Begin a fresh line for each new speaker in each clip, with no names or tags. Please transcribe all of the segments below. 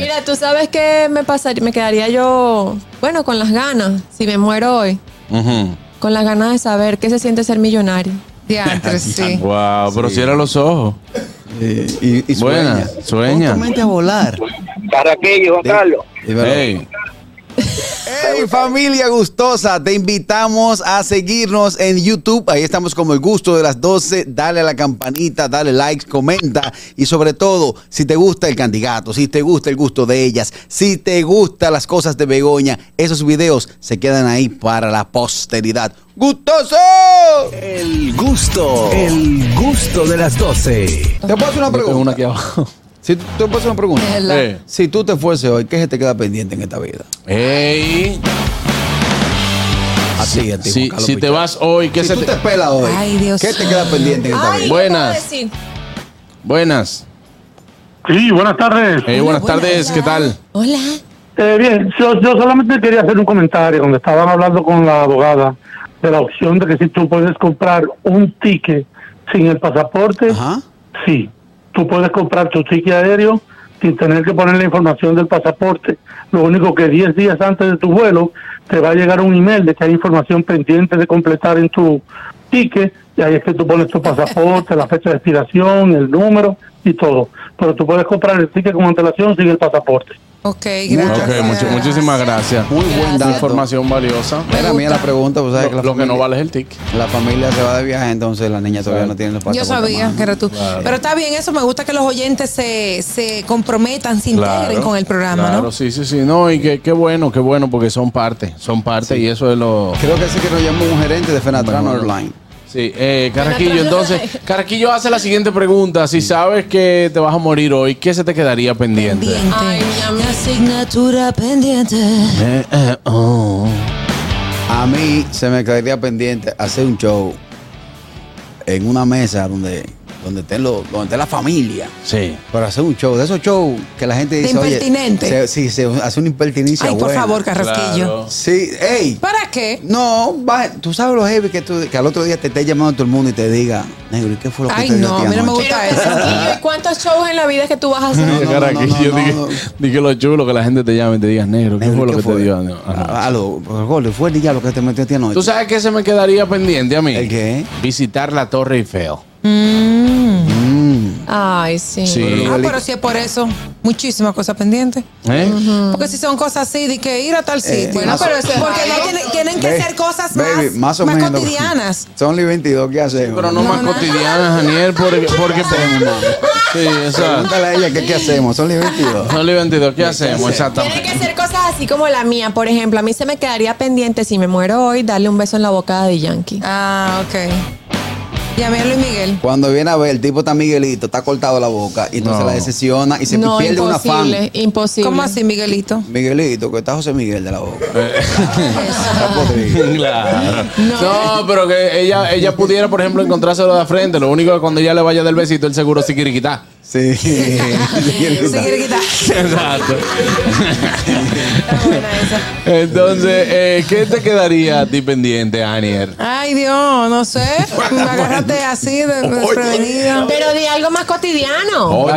Mira, tú sabes que me pasaría, me quedaría yo, bueno, con las ganas, si me muero hoy,
Ujú.
con las ganas de saber qué se siente ser millonario.
Diantre, sí.
Wow, pero cierra los ojos.
Eh, y, y
Buena, sueña.
Pon tu mente a volar.
Para aquello, Juan Carlos.
Es verdad.
Ey,
Hey familia gustosa, te invitamos a seguirnos en YouTube. Ahí estamos como el gusto de las 12. Dale a la campanita, dale likes, comenta y sobre todo, si te gusta el candidato, si te gusta el gusto de ellas, si te gustan las cosas de Begoña, esos videos se quedan ahí para la posteridad. ¡Gustoso!
El gusto, el gusto de las 12.
Te puedo hacer una
yo tengo una aquí
pregunta.
abajo.
Si, te puedo hacer una pregunta.
Hello.
Ey.
Si tú te fuese hoy, ¿qué se te queda pendiente en esta vida?
Ey,
A ti, a ti,
si,
Juan Carlos
si te
Pichón.
vas hoy, ¿qué
si
se
tú
te-
te, pelas hoy,
Ay, Dios
¿qué te queda pendiente en esta vida?
Ay,
Buenas.
¿qué puedo decir?
Buenas.
Sí, buenas tardes.
Ey, Eh, buenas tardes, ¿qué tal?
Hola.
Eh, bien, yo, yo solamente quería hacer un comentario cuando estaban hablando con la abogada de la opción de que si tú puedes comprar un ticket sin el pasaporte,
Ajá.
sí, tú puedes comprar tu ticket aéreo sin tener que poner la información del pasaporte. Lo único que 10 días antes de tu vuelo te va a llegar un email de que hay información pendiente de completar en tu ticket y ahí es que tú pones tu pasaporte, la fecha de expiración, el número y todo. Pero tú puedes comprar el ticket con antelación sin el pasaporte.
Ok,
Muchas
Ok,
gracias.
mucho- muchísimas gracias.
Muy buen dato.
Información valiosa.
Era mía la pregunta, pues sabes
Lo,
que la
lo que no
familia-
vale es el tic.
La familia se va de viaje, entonces la niña todavía no tiene los
Yo
pasaportes
sabía
más.
que era tú. Pero está bien, eso me gusta que los oyentes se, se comprometan, se integren con el programa,
claro,
¿no?
sí, sí, sí. No, y qué, qué bueno, qué bueno, porque son parte, son parte y eso es lo...
Creo que ese que nos llamó un gerente de Fenatran Online.
Sí, eh, Carraquillo, entonces, Carraquillo hace la siguiente pregunta. Si sabes que te vas a morir hoy, ¿qué se te quedaría pendiente?
Pendiente.
Ay, mi amor.
Una asignatura pendiente.
Eh, eh, oh.
A mí se me quedaría pendiente hacer un show en una mesa donde, donde, esté, donde esté la familia.
Sí.
Pero hacer un show, de esos shows que la gente
De
dice. oye,
impertinente.
se- sí, se hace una impertinencia.
Ay, por
buena.
favor, Carrasquillo.
Claro.
Sí, ey.
¿Para qué?
No, va, tú sabes lo heavy que, tú- que al otro día te esté llamando todo el mundo y te diga, negro, ¿y qué fue lo que
Ay,
te dio
no,
a ti
a mí no me
anoche?"
gusta
Pero, Carraquillo, ¿y cuántos shows en la vida que tú vas a hacer?
No, no, no,
Carraquillo,
no, no,
dije-
no.
dije lo chulo que la gente te llame y te diga, negro, ¿qué
Negro,
fue lo
¿qué
que
fue?
te dio? No, ah, no.
Ah, lo- lo- Gordo, fue el diablo que te metió a ti anoche.
¿Tú sabes qué se me quedaría pendiente a mí?
¿El qué?
Visitar la Torre Eiffel.
Ay, sí.
Sí.
Ah, pero si es por eso, muchísimas cosas pendientes.
¿Eh?
Porque si son cosas así, de que ir a tal sitio.
bueno, pero eso es
Porque no
algo.
tienen, tienen que
Eh, Ve-
ser cosas
baby,
más,
o
más
menos.
cotidianas.
Son only 22, ¿qué hacemos?
Pero no, más
no.
cotidianas, Daniel, porque... porque
hacemos, mano?
sí, exacto.
Pregúntale a ella que qué hacemos. Son only 22.
Son las 22, ¿qué hacemos?
Tienen
Exactamente.
que ser cosas así como la mía. Por ejemplo, a mí se me quedaría pendiente si me muero hoy darle un beso en la boca a The Yankee.
Ah, ok. Llamé a Luis Miguel.
Cuando viene a ver, el tipo está Miguelito, está cortado la boca y entonces
No.
la decepciona y se
no,
pierde una fan.
imposible, imposible.
¿Cómo así, Miguelito?
Miguelito, que está José Miguel de la boca.
Eh. Claro. No. pero que ella, ella pudiera, por ejemplo, encontrárselo de frente. Lo único que cuando ella le vaya del besito, el seguro sí quiere quitar.
Sí.
Sí, quiere quitar.
Exacto. Entonces, eh, ¿qué te quedaría a ti pendiente, Anier?
Ay, Dios, no sé. Me agarraste así, de- desprevenida.
Pero de algo más cotidiano.
Oh,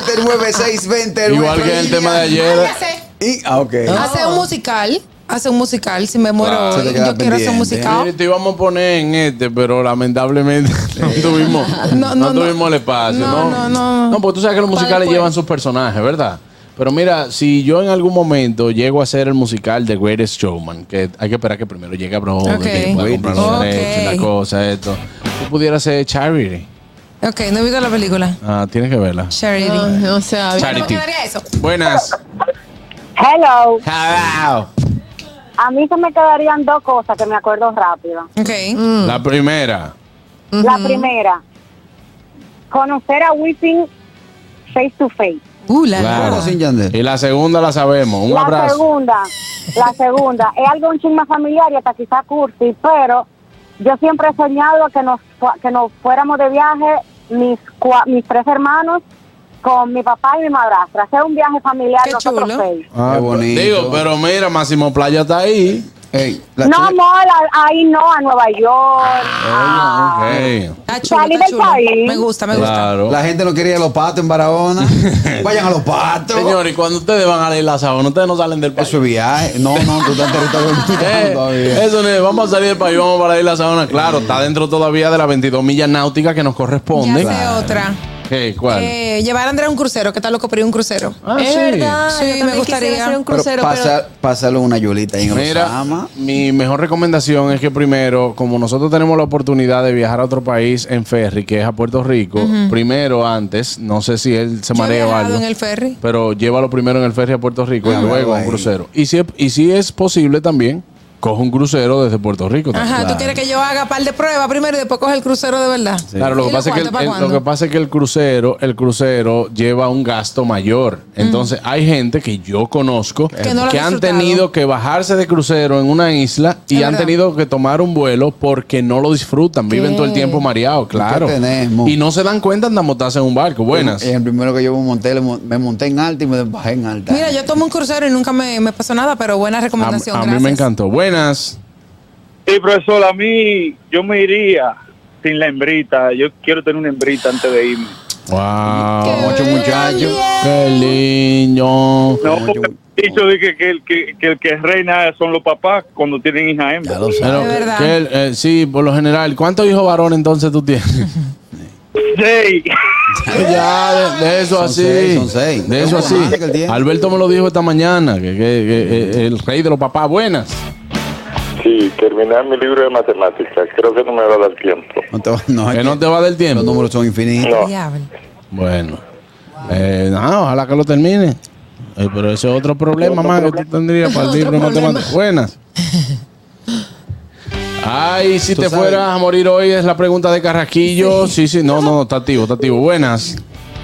829-947-9620.
Igual que el tema de ayer.
Hace-
Y, ah, ok.
Hace un musical. Hace un musical. Si me muero
Claro.
hoy,
Se te
yo
queda
quiero hacer un
pendiente.
musical.
Mire, eh, te íbamos a poner en este, pero lamentablemente no tuvimos, no,
No, no, no.
tuvimos el espacio. No,
No, no, no.
porque tú sabes que los musicales
después.
llevan sus personajes, ¿verdad? Pero mira, si yo en algún momento llego a hacer el musical The Greatest Showman, que hay que esperar que primero llegue a Broadway,
Ok.
que pueda comprar los
Ok.
derechos, la cosa, esto. Tú pudieras ser Charity.
Ok, no he visto la película.
Ah, tienes que verla.
Charity.
Ay, o sea,
Bueno, me
Charity.
quedaría eso.
Buenas.
Hello,
Hello.
a mí se me quedarían dos cosas que me acuerdo rápido.
Ok.
La primera.
La primera, conocer a Whipping face to face.
Uh, la
Claro.
la.
Sin Yandel.
Y la segunda la sabemos. Un
la
abrazo.
segunda, la segunda, es algo un chingo más familiar y hasta quizá cursi, pero yo siempre he soñado que nos fu- que nos fuéramos de viaje mis cua- mis tres hermanos con mi papá y mi madrastra, hacer un viaje familiar
Qué
nosotros
chulo.
seis.
Qué Ah, bonito.
Digo, pero mira, Máximo Playa está ahí.
Ey, la
No,
chuleca.
amor, a- ahí no, a Nueva York. a-
Ah, Ok.
Está Ah, chulo,
Salí
está
del
chulo.
país.
Me gusta, me gusta.
Claro.
La gente no quería ir a los patos en Barahona. Vayan a los patos.
Señores, cuando ustedes van a la sábado, ustedes no salen del país.
Eso es viaje. No, no, tú estás en territorio
Eh,
dominicano todavía.
eso no es, vamos a salir del país, vamos para la isla Saona. Claro, está dentro todavía de las 22 millas náuticas que nos
Ya
corresponden.
sé otra.
¿Qué? ¿Cuál?
Eh, llevar a Andrés a un crucero. ¿Qué tal loco por ir a un crucero?
Ah,
es
sí.
verdad,
Sí,
yo
me
también
gustaría.
quisiera hacer un
Pero
crucero, pero,
pasa- pásalo una yolita ahí en
Mira,
Osama.
mi mejor recomendación es que primero, como nosotros tenemos la oportunidad de viajar a otro país en ferry, que es a Puerto Rico, primero antes, no sé si él se
Yo he
marea o
viajado
algo.
en el ferry.
Pero llévalo primero en el ferry a Puerto Rico
Ah,
y luego
luego
a un
ahí.
crucero. Y si, y si es posible también, coge un crucero desde Puerto Rico. también.
Ajá, ¿tú quieres que yo haga par de pruebas primero y después coge el crucero de verdad?
Claro, lo
¿Y
que, pasa es que el,
cuánto, pa'
el-
cuándo?
lo que pasa es que el crucero, el crucero lleva un gasto mayor. Entonces, hay gente que yo conozco
Que no lo ha
que han
disfrutado.
tenido que bajarse de crucero en una isla y
Es
han
verdad.
tenido que tomar un vuelo porque no lo disfrutan. Viven todo el tiempo mareados, claro.
¿Qué tenemos?
Y no se dan cuenta de montarse en un barco. Buenas.
Y el primero que yo me monté, le mon- me monté en alta y me bajé en alta.
Mira, yo tomé un crucero y nunca me, me pasó nada, pero buena
A,
recomendación.
a mí
gracias.
me encantó. Buenas.
Sí, profesor, a mí yo me iría sin la hembrita. Yo quiero tener una hembrita antes de irme.
Wow.
mucho muchacho.
Qué lindo.
No,
No,
porque
yo-
he dicho de que, que el que, que el que reina son los papás cuando tienen hija hembra.
Ya lo sé.
Pero,
Es verdad.
¿qué- eh, sí, por lo general. ¿Cuántos hijos varones entonces tú tienes?
Sí.
Ya, de, de eso
Son
así.
seis, son seis.
De eso
Es
así.
más que el diez.
Alberto me lo dijo esta mañana, que, que- que- que el rey de los papás buenas.
Sí, terminar mi libro de matemáticas. Creo que no me va a dar tiempo.
No te va- no, es
Que no
que
te va del
los
tiempo.
números son infinitos.
No.
Diablo.
Bueno. Eh, nada, ojalá que lo termine. Eh, pero ese es otro problema más que tú tendrías para el libro de matemáticas. Buenas. Ay, si
Tú
te
sabes.
fueras a morir hoy es la pregunta de Carrasquillo. Sí, sí, no, no, no, está activo, está activo. Buenas.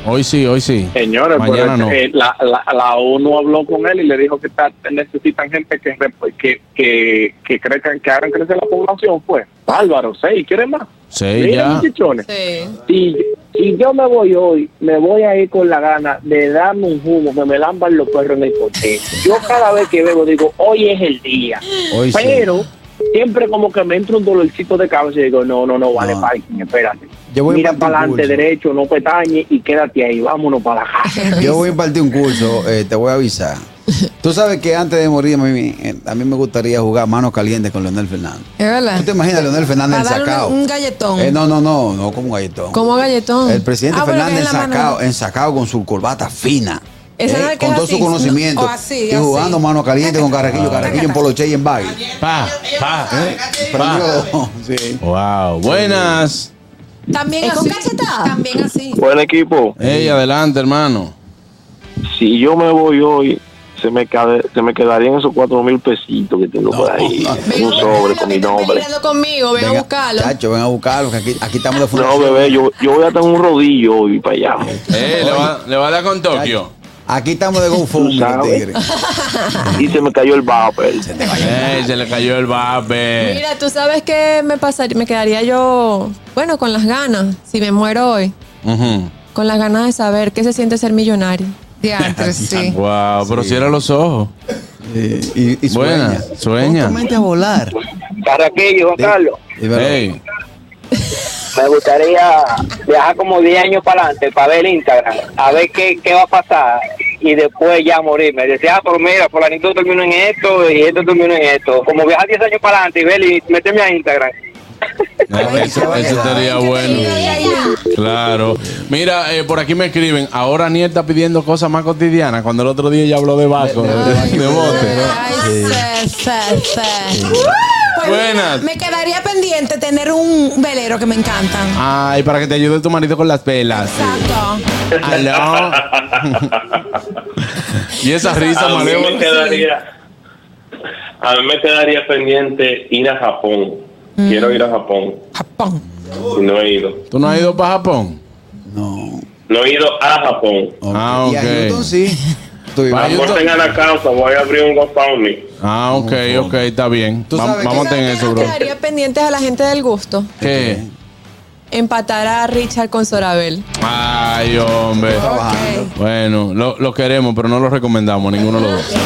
Hoy sí, hoy sí.
Señores,
mañana
pero
no.
eh, la, la, la ONU habló con él y le dijo que está- necesitan gente que, rep- que, que, que, crezcan- que hagan crecer la población. Pues, Álvaro, seis, ¿quieren más?
Seis,
Miren,
ya.
muchachones.
Sí.
Si, si yo me voy hoy, me voy a ir con la gana de darme un humo que me lamban los perros en el corte. Yo cada vez que bebo digo, hoy es el día.
Hoy sí.
Pero siempre como que me entra un dolorcito de cabeza y digo, no, no, no, vale,
No.
parking, espérate.
Yo voy a
Mira
partir
para adelante,
curso.
derecho, no petañe y quédate ahí, vámonos para la casa.
Yo voy a impartir un curso, eh, te voy a avisar. Tú sabes que antes de morir, a mí, eh, a mí me gustaría jugar manos calientes con Leonel Fernández.
Es verdad.
¿Tú te imaginas a Leonel Fernández
Para
en
darle
sacao?
un, un galletón.
Eh, no, no, no, no como un galletón.
Como galletón.
El presidente
Ah, bueno,
Fernández
que es la mano.
ensacado, ensacado con su corbata fina. eh,
Esa no es que
con
es
todo
así.
su conocimiento.
O así,
y
así.
jugando mano caliente con Carraquillo, Carraquillo en Poloche y en baggy.
Pa, pa,
Prendió- sí.
Wow, buenas.
También
¿Es
así.
con cachetada?
También así.
Buen equipo.
Ey, adelante, hermano.
Si yo me voy hoy, se me, cae- se me quedarían esos cuatro mil pesitos que tengo por ahí.
Ven
Un
a
sobre
buscarlo,
con
que
mi
estás
nombre.
peleando conmigo, ven a buscarlo.
Chacho, ven a buscarlo, que aquí, aquí estamos de
No, bebé, yo, yo voy a tener un rodillo hoy para allá.
Ey, le va, le va a dar con Tokio.
Aquí estamos de GoFundMe,
Tú sabes.
tigre.
Y se me cayó el vapor.
Ey, se le cayó el vape.
Mira, tú sabes que me pasaría, me quedaría yo, bueno, con las ganas, si me muero hoy,
Ujú.
con las ganas de saber qué se siente ser millonario.
Diantres, sí.
Wow, pero cierra los ojos.
Eh, Y, y sueña.
Buenas, sueña.
Pon tu mente a volar.
¿Para qué, Juan Carlos?
Es verdad.
Ey,
Me gustaría viajar como 10 años para adelante para ver el Instagram, a ver qué, qué va a pasar y después ya morirme. Decía, ah, pero mira, fulanito terminó en esto y esto terminó en esto. Como viajar 10 años para adelante y ver y meterme a Instagram.
no, eso, eso estaría bueno. Claro. Mira, eh, por aquí me escriben. Ahora Aniel está pidiendo cosas más cotidianas. Cuando el otro día ya habló de vaco, de, de bote.
Ay, se, se, se. Pues mira,
Buenas.
me quedaría pendiente tener un velero que me encanta.
Ay, para que te ayude tu marido con las velas.
Exacto.
Aló. y esa risa
A mí me
malévola.
quedaría, a mí me quedaría pendiente ir a Japón. Quiero ir a Japón.
Japón.
No he ido.
¿Tú no has ido para Japón?
No.
No he ido a Japón.
Ah,
Y a
ok.
Newton sí. Estuvimos-
Vaya. Yo to-
Aporten a la causa, voy a abrir un GoFundMe.
Ah, ok, ok, está bien.
Tú
Va-
sabes que-
vamos a
¿Sabes
tener
qué
eso,
nos
bro.
quedaría pendientes a la gente del gusto.
¿Qué?
empatar a Richard con Sorabel.
Ay, hombre. Bueno, lo, lo queremos, pero no lo recomendamos, ninguno de los dos.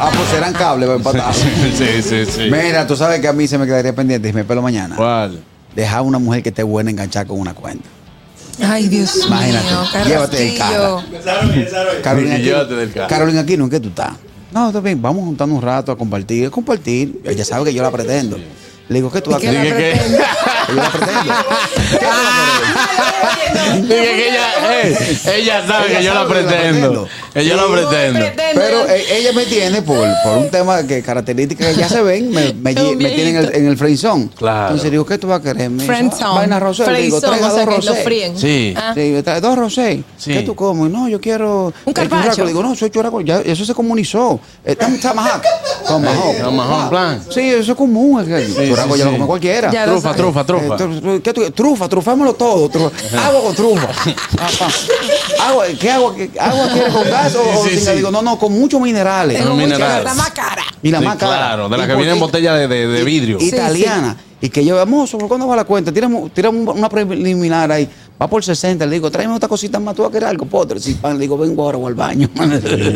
Ah, pues serán cables, va a empatar.
Sí, sí, sí.
Mira, tú sabes que a mí se me quedaría pendiente y me pelo mañana.
¿Cuál?
Dejar a una mujer que esté buena enganchada con una cuenta.
Ay, Dios
Imagínate,
mío.
llévate el
Carrasquillo.
Carolina
Y llévate del
Aquino,
carro.
Carolina Aquino, ¿en qué tú estás? No, está bien, vamos juntando un rato a compartir. Compartir. Ella sabe que yo la pretendo. Le digo, ¿qué tú haces?
Dije que, dije que ella, eh, ella sabe
Ella
que yo la
sabe que la
pretendo.
pretendo.
Ella la pretendo.
Pero eh, ella me tiene por, por un tema que características que ya se ven, me, me,
Es un
me tiene en el, en el friendzone. Entonces digo, ¿qué tú vas a querer? Me dice,
Friendzone.
"Ah, Vaina rosé. Le digo,
Friendzone,
traiga
o sea,
dos
que lo
rosé.
fríen.
Sí.
Ah.
Sí, me trae dos rosé. ¿Qué tú comes? No, yo quiero. Un
carpaccio.
Le digo, no, soy churaco. Ya, eso se comunizó. Está un tamahawk. Tomahawk.
Tomahawk, plan.
Sí, eso es común. El churaco
sí,
ya lo
sí.
come cualquiera.
Ya lo Trufa, sabe. Eh, trufa, trufa.
Eh, tru- ¿qué tú- trufa, trufámoslo todo. trufa. Agua con trufa. Ah, pa. Agua, ¿Qué agua? ¿Qué agua quieres con gas? o- o
Sí,
sin
sí,
gas?
sí.
Digo, no, no, con muchos minerales.
Con minerales.
La más cara.
Y la
Sí,
más cara.
Claro, de la
Y
que viene en
porque-
botella de, de- de vidrio.
italiana. Y que yo, hermoso, ¿por cuándo va la cuenta? Tiramos, tiramos una preliminar ahí. Va por 60. Le digo, tráeme otra cosita más. ¿Tú vas a querer algo? Potre. Sí, pan. Le digo, vengo ahora voy al baño.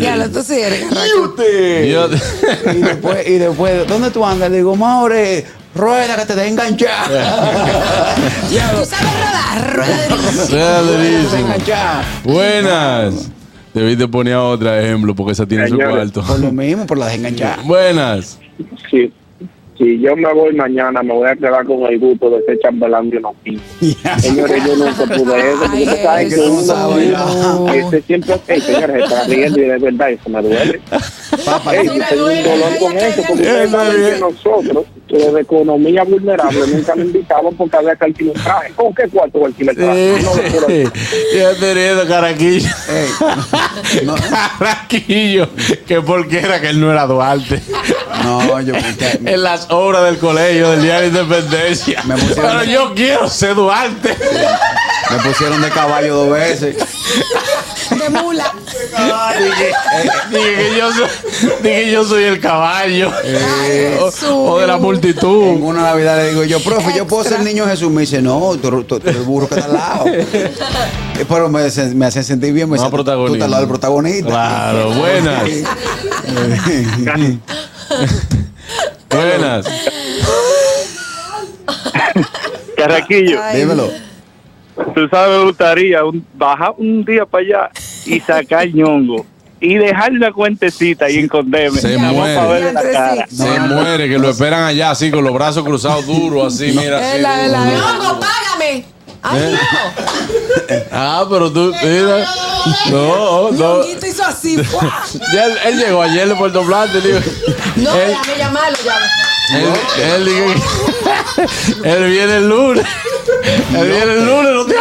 Ya lo tú sí eres Carrasquillo.
Yo-
y, después, y después, ¿dónde tú andas? Le digo, Maure, rueda que te deje enganchar.
Tú sabes rodar, rueda de bici.
Sea durísimo.
enganchar.
Buenas. Debiste poner otra ejemplo porque esa tiene su
Señores.
cuarto.
Por lo mismo, por la desenganchar.
Buenas.
Si, si yo me voy mañana, me voy a quedar con el gusto de ser chambelán de unos quince. Señores, yo nunca pude eso. porque Ustedes saben que
Jesús.
uno- Este siempre, Ey, señores, está riendo y de verdad eso me duele.
Papá,
Ey, yo tengo un dolor con eso,
Eh,
porque ustedes saben que nosotros, que de economía vulnerable, nunca nos invitaban porque había que alquilar un traje. ¿Con qué cuarto alquilar traje? No, pero-
Sí. Ya te riendo, Caraquillo.
no.
Caraquillo, que porque era que él no era Duarte.
no, yo me,
En las obras del colegio del Día de la Independencia.
Me pusieron-
Pero yo quiero ser Duarte.
me pusieron de caballo dos veces.
De mula.
dije, dije que yo soy, dije yo soy el caballo. O- o, de la
En
multitud.
una Navidad le digo yo, profe, yo puedo ser niño Jesús. Me dice, no, tú, tú- tú eres el burro que está al lado. Eh, Pero me, hacen- me hacen sentir bien. Me
Más
dicen, tú- Tú estás al lado del protagonista.
Claro, buenas. buenas.
Carraquillo,
Dímelo.
tú sabes, me gustaría un- bajar un día para allá y sacar ñongo y dejar una cuentecita y esconderme.
Se
Nada más
muere.
pa' verle la cara.
Se muere, que lo esperan allá así, con los brazos cruzados duros, así, mira. así,
Ela,
duro,
ela,
duro.
ela. ¡No, págame!
¿Eh? Ah, pero tú, mira. No, no.
Ñonguito hizo así. ¡fua!
Ya él, él llegó ayer de Puerto Plata, digo.
No,
él,
llame, llamalo, llame.
él, él dijo que- él viene el lunes. Él viene el lunes, no te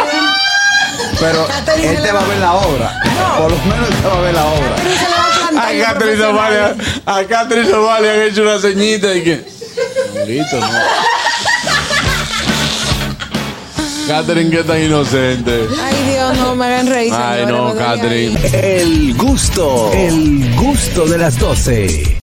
Pero
Catherine
él
se
te
la
va a ver la obra. Por lo menos él te va a ver la obra.
Pero se le va a
A
plantar el
Catherine Novale,
profesional.
a Catherine Novale han hecho una ceñita y que. Manguito, no. Catherine, qué tan inocente.
Ay, Dios, no me hagan reír.
Ay,
señores,
no,
me duele ahí.
Catherine.
El gusto. El gusto de las 12.